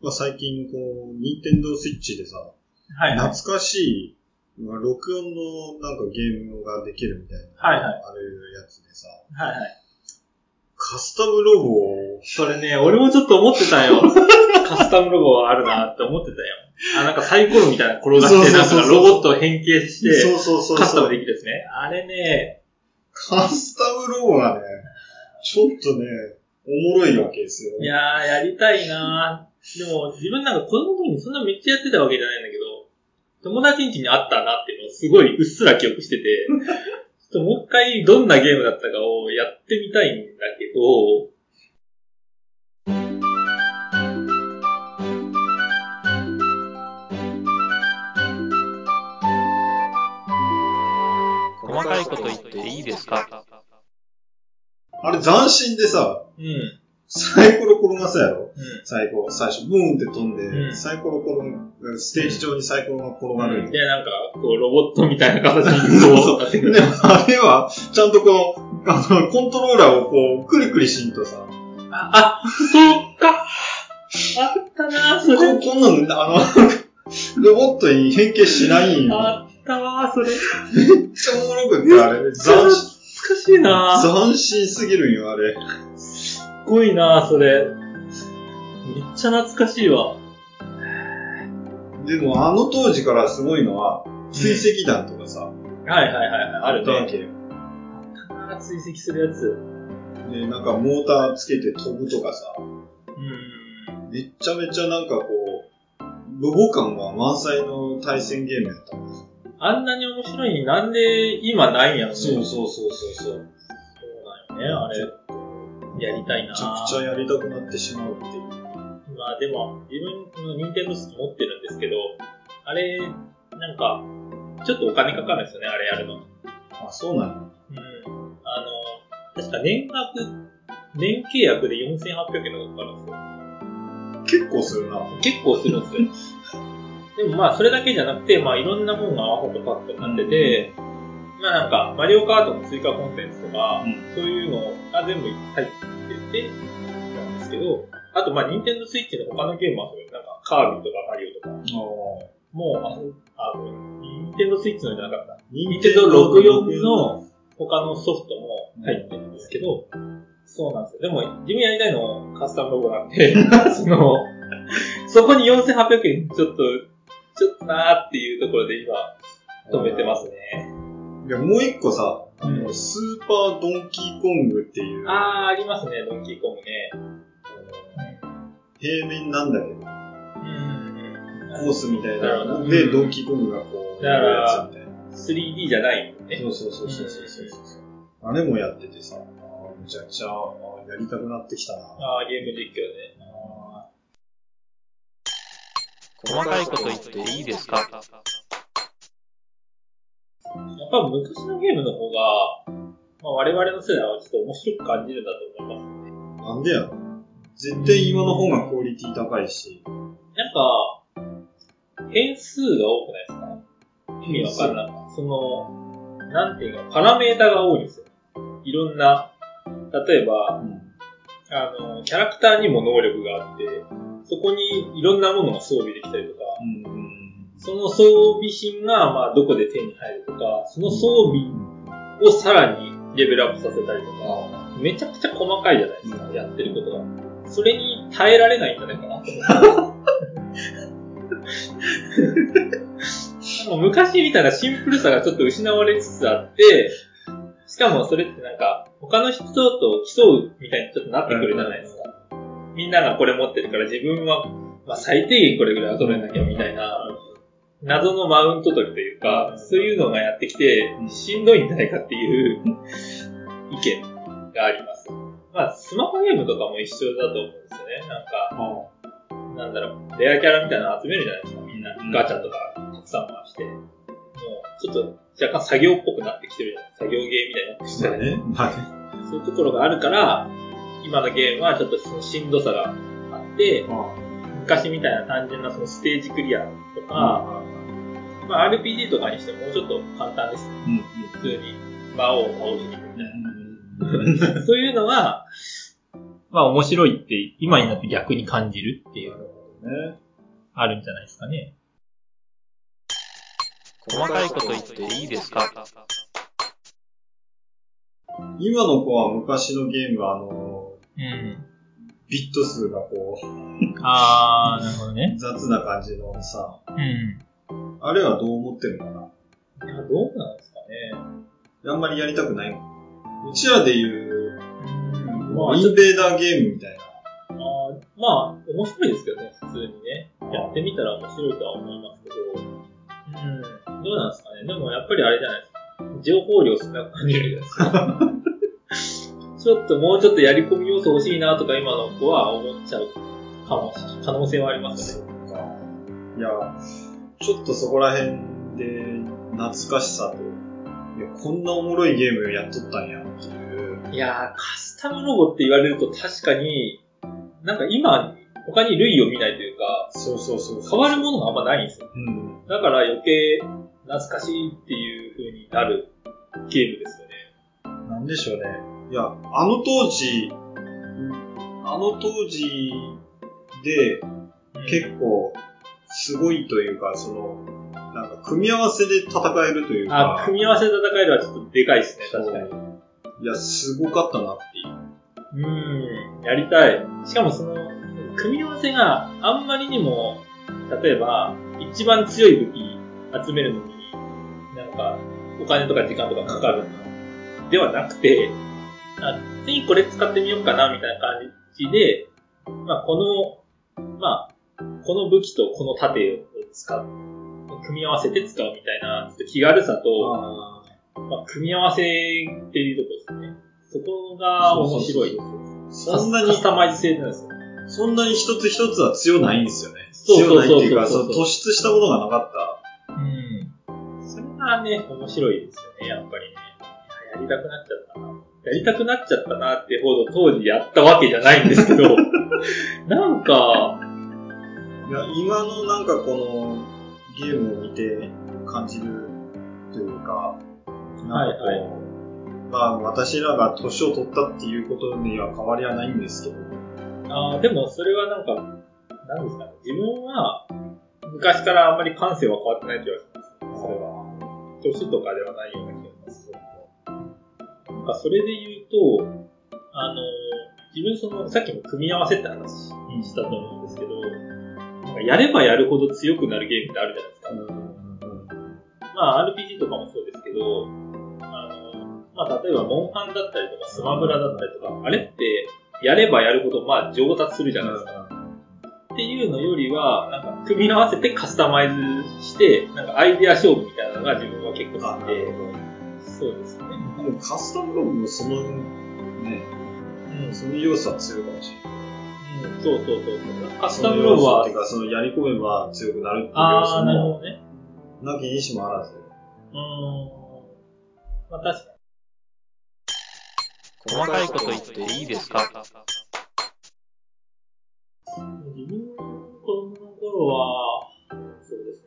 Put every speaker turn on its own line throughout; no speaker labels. まあ、最近、こう、ニンテンドースイッチでさ、
はいはい。
懐かしい、まあ、64のなんかゲームができるみたいな、
はいはい
あるやつでさ、
はいはい。
カスタムロゴを、
それね、俺もちょっと思ってた よ。カスタムロゴあるなって思ってたよ。あ、なんかサイコロみたいなの転がって、
そうそう
なん
そう
か
そう
ロボットを変形して、
うそうそ
カスタムできるですね。あれね、
カスタムロゴがね、ちょっとね、おもろいわけですよ。
いやー、やりたいなーでも、自分なんか子供の時にそんなめっちゃやってたわけじゃないんだけど、友達ん家にあったなっていうのをすごいうっすら記憶してて、 ちょっともう一回どんなゲームだったかをやってみたいんだけど、
細かいこと言っていいですか
あれ斬新でさ、
うん、う
サイコロ転がすやろ
ん。
サイコロ、最初、ブーンって飛んで、
うん
サイコロ転が、ステージ上にサイコロが転がるんよ
で、なんか、こう、ロボットみたいな形にこう、な ってくる
でもあれは、ちゃんとこの、あの、コントローラーをこう、クリクリしんとさ、こ
あ、そっか。あったな、それ。
うこんなの、あの、ロボットに変形しないんよ。めっ
あったわ、それ。
ちゃおもろくって、あれ、斬
懐
新、
かしいな。す
斬新すぎるんよ、あれ。
っごいな、それ。めっちゃ懐かしいわ。
でも、あの当時からすごいのは、追跡弾とかさ、
はいはいはいはい、あ
あ
る
ったわ
ね。
けよ。
あー追跡するやつ。う
で、なんかモーターつけて飛ぶとかさ、
ーん。
めっちゃめちゃなんかこう、ロボ感が満載の対戦ゲームやったんですよ
あんなに面白いのになんで今ないんやろね。
そうそうそうそうそう。
そうなんよね、あれ。やりたいな。
めちゃくちゃやりたくなってしまうっていう。
まあでも、自分の任天堂 s w i 持ってるんですけど、あれ、なんか、ちょっとお金かかるんですよね、あれやるの。うん。
あ、そうなの
あの、確か年額、年契約で4800円とかかかるんですよ。
結構するな。
結構するんですよ。でもまあ、それだけじゃなくて、まあいろんなものがアホとパックになってて、まあなんか、マリオカートの追加コンテンツとか、
うん
そういうのが全部入ってて、なんですけど、あとまあ、ニンテンドスイッチの他のゲームはそういう、なんか、カービィとかマリオとか、もう、あの、あの、ニンテンドスイッチのじゃなかった。ニンテンド64の他のソフトも入ってるんですけど、そうなんですよ。でも、自分やりたいのはカスタムロゴなんで、 その、そこに4800円ちょっと、ちょっとなーっていうところで今、止めてますね。
いや、もう一個さ、あ
う
の、
ん
スーパードンキーコングっていう、あ
あー、ありますね、ドンキーコングね。
の平面なんだけど、
うん
コースみたい
なる
な
ほど
で、
うん
ドンキーコングがこう、
だから
やるやつみたいな。
3D じゃないもんね。
そうそうそうそうそうそうあれもやっててさ、あーめちゃくちゃあーやりたくなってきたな。
あー、ゲーム実況ね。
細かいこと言っていいですか
やっぱ昔のゲームの方が、まあ、我々の世代はちょっと面白く感じるんだと思います。
なんでやろ絶対今の方がクオリティ高いし、
なんか、変数が多くないですか意味わかんなかったその、なんていうか、パラメータが多いんですよ。いろんな、例えば、あの、キャラクターにも能力があって、そこにいろんなものが装備できたりとか、
うんうん
その装備品が、まあ、どこで手に入るとか、その装備をさらにレベルアップさせたりとか、
あ
めちゃくちゃ細かいじゃないです
う
か、
ん
やってることが。それに耐えられないんじゃないかなと思って。なんか昔みたいなシンプルさがちょっと失われつつあって、しかもそれってなんか、他の人と競うみたいにちょっとなってくるじゃないですか。みんながこれ持ってるから自分は、まあ、最低限これぐらいは取れなきゃみたいな、謎のマウント取りというか、そういうのがやってきて、しんどいんじゃないかっていう意見があります。まあ、スマホゲームとかも一緒だと思うんですよね。なんか、
ーあ
なんだろう、レアキャラみたいなの集めるじゃないですか、みんな。
うん
ガチャとかたくさん回して。もう、ちょっと若干作業っぽくなってきてるじゃない作業ゲームみたいになってきて
そう
る
だね。は
そういうところがあるから、今のゲームはちょっとそのしんどさがあって
い。、あ
昔みたいな単純なそのステージクリアと
あ
か、まあ、RPG とかにしてももうちょっと簡単です。
うんうん
普通に場を倒しに行くみたいな。
うん
そういうのは、まあ面白いって、今になって逆に感じるっていう。
ね。
あるんじゃないですかね。
細かいこと言っていいですか
今の子は昔のゲーム、あの、
うん。
ビット数がこう、
あー、なるほどね。
雑な感じのさ、
うん。
あれはどう思ってるのか
いやどうなんですかね。
なあんまりやりたくないもん。うちらでいう、
うんまあ、
インベーダーゲームみたいな。
あーまあ、面白いですけどね、普通にね。やってみたら面白いとは思いますけど。うん。どうなんですかね。でもやっぱりあれじゃないですか。情報量少なく感じるじゃ ないですか。ちょっともうちょっとやり込み要素欲しいなとか今の子は思っちゃうかもし可能性はあります
そ
よ
う
ね。
か。いや、ちょっとそこら辺で懐かしさと、いや、こんなおもろいゲームやっとったんやっていう。
いやー、カスタムロボって言われると確かに、なんか今、他に類を見ないというか、
そうそうそうそう。
変わるものがあんまないんですよ。
うん。
だから余計懐かしいっていう風になるゲームですよね。
なんでしょうね。いや、あの当時、あの当時で
構。
結構すごいというか、その、なんか組み合わせで戦えるという
あ、
か、
組み合わせで戦えるはちょっとでかいですね、
そう
確かに。
いや、すごかったなっていう。
うん、やりたい。しかもその、組み合わせがあんまりにも、例えば、一番強い武器集めるのに、なんか、お金とか時間とかかかるのではなくて、あ次これ使ってみようかな、みたいな感じで、まあ、この、まあ、この武器とこの盾を使う、組み合わせて使うみたいな、ちょっと気軽さと、
あ
まあ、組み合わせっていうとこですね。そこが面白い。
そんなに
カスタマイズ性なんですよ。
そんなに一つ一つは強ないんですよね。
そう
強
そう
ないって
そう
いうか、
そ
そうの
そう
突出したものがなかった。
うん。それがね、面白いですよね、やっぱりね。やりたくなっちゃったな。やりたくなっちゃったなってほど当時やったわけじゃないんですけ ど、なんか、
いや、今のなんかこのゲームを見て感じるというか、なんかこう、
はいは
まあ私らが年を取ったっていうことには変わりはないんですけど、
あーでもそれはなんか、なんですかね、自分は昔からあんまり感性は変わってない気がします。それは。年とかではないような気がします。なんかそれで言うと、あの、自分その、さっきも組み合わせって話したと思うんですけど、なんかやればやるほど強くなるゲームってあるじゃないですか。まあ RPG とかもそうですけど、あの、まあ例えばモンハンだったりとかスマブラだったりとか、あれってやればやるほどまあ上達するじゃないですか。っていうのよりは、なんか組み合わせてカスタマイズして、なんかアイデア勝負みたいなのが自分は結構
あな
好き
る
で、そうですね。
ほど。でもカスタムログもその、ね、
うん
その要素は強いかもしれない。
そうそうそうそう。カスタムロ
その要
ーは
素ってい、うか、そのやり込めば強くなるっていう要
あ
素
ー、なるほ
も、
どね。
なきにしもあらず。
うーん。まあ確か
細かいこと言っていいですか
に、自分の子供の頃は、そうですね。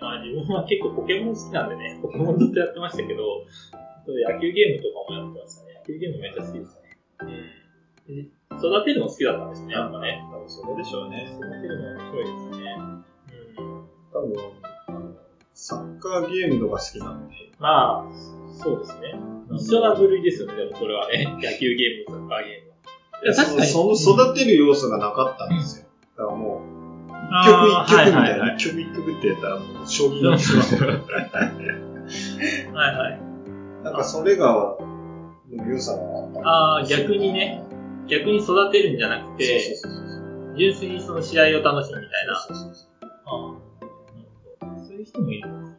まあ自分は結構ポケモン好きなんでね、 ポケモンずっとやってましたけど、野球ゲームとかもやってましたね。野球ゲームめっちゃ好きですね。うん。育てるの好きだったんですね、やっぱね。
多分そこでしょうね。
育てるの面白いですね。うん。
多分、あのサッカーゲームとか好きなんで、
まあ、そうですね。一緒な部類ですよね、でもこれは ね。野球ゲーム、サッカーゲームは。いや、確かに。
そそ育てる要素がなかったんですよ。だからもう、一曲一曲みたいな、一曲一曲ってやったらもう将棋なんですよ。
はいはい。
なんかそれが、の良さがあった。
ああ、逆にね、逆に育てるんじゃなくて、
そうそうそうそう。
純粋にその試合を楽しむみたいな。
そうそうそう
あーそういう人もいる。うん
はい、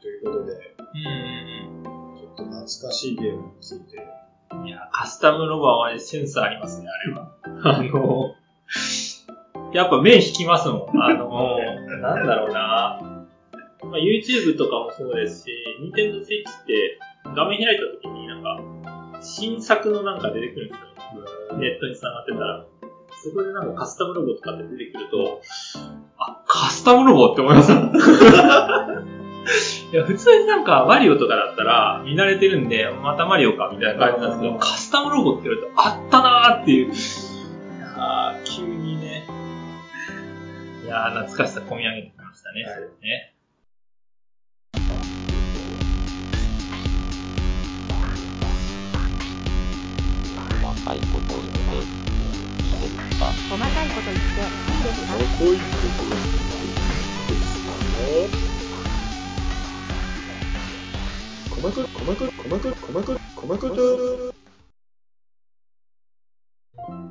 ということで、ちょっと懐かしいゲームについて、
うんうん。いや、カスタムロボはセンスありますね、 あれは。あの、やっぱ目引きますもん。あの、 なんだろうな。まあ、YouTube とかもそうですし、Nintendo Switch って画面開いた時になんか、新作のなんか出てくるんですよ。ネットに繋がってたら、そこでなんかカスタムロボとかって出てくると、あ、カスタムロボって思いますもん いや、普通になんかマリオとかだったら見慣れてるんで、またマリオかみたいな感じなんですけ
う
ど、
ん
カスタムロボって言われると、あったなーっていう。あー急にね、やー、懐かしさ込み上げてきましたね、
はい
そうですね。
細かいこと言って、いいですか
細かいこと言っていいです
い
か
細かく細かく細かく細かく細かく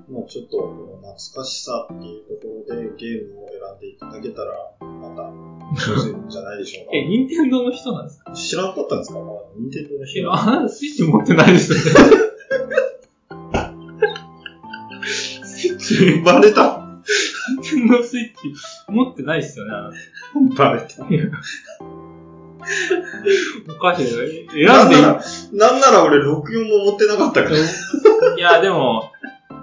もうちょっと、懐かしさっていうところでゲームを選んでいただけたら、また、面白いんじゃないでしょ
え、
う
任天堂の人なんですか
か。知らんかったんですかまあ、任天堂の
え
人は。
あ、スイッチ持ってないです ね。
バレた
任天堂スイッチ持ってないっすよねあの。
バレた。
おかしい
な
ね。選ん
ん
でい
ないら、なんなら俺64も持ってなかったから。
いや、でも、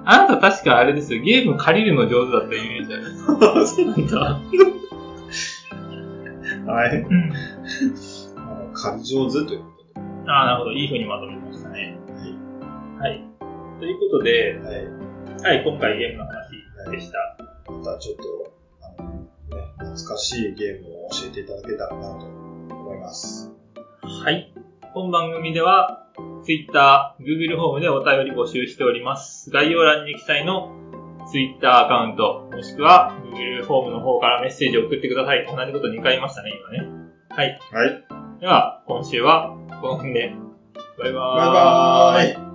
あなた確かあれですよ、ゲーム借りるの上手だったイメージだよ。
はい。あの、仮上手というこ
ああ、なるほど。いい風にまとめましたね。
とで。
はい。ということで、
はい。はい。
はい、今回ゲームの話でした。
またちょっと、あの、ね、懐かしいゲームを教えていただけたらなと思います。
はい。本番組では、Twitter、Google ホームでお便り募集しております。概要欄に記載の Twitter アカウント、もしくは Google ホームの方からメッセージを送ってください。同じこと2回言いましたね、今ね。はい。
はい。
では、今週はこの辺で。バ
バイ
イバーイ。
バーイ。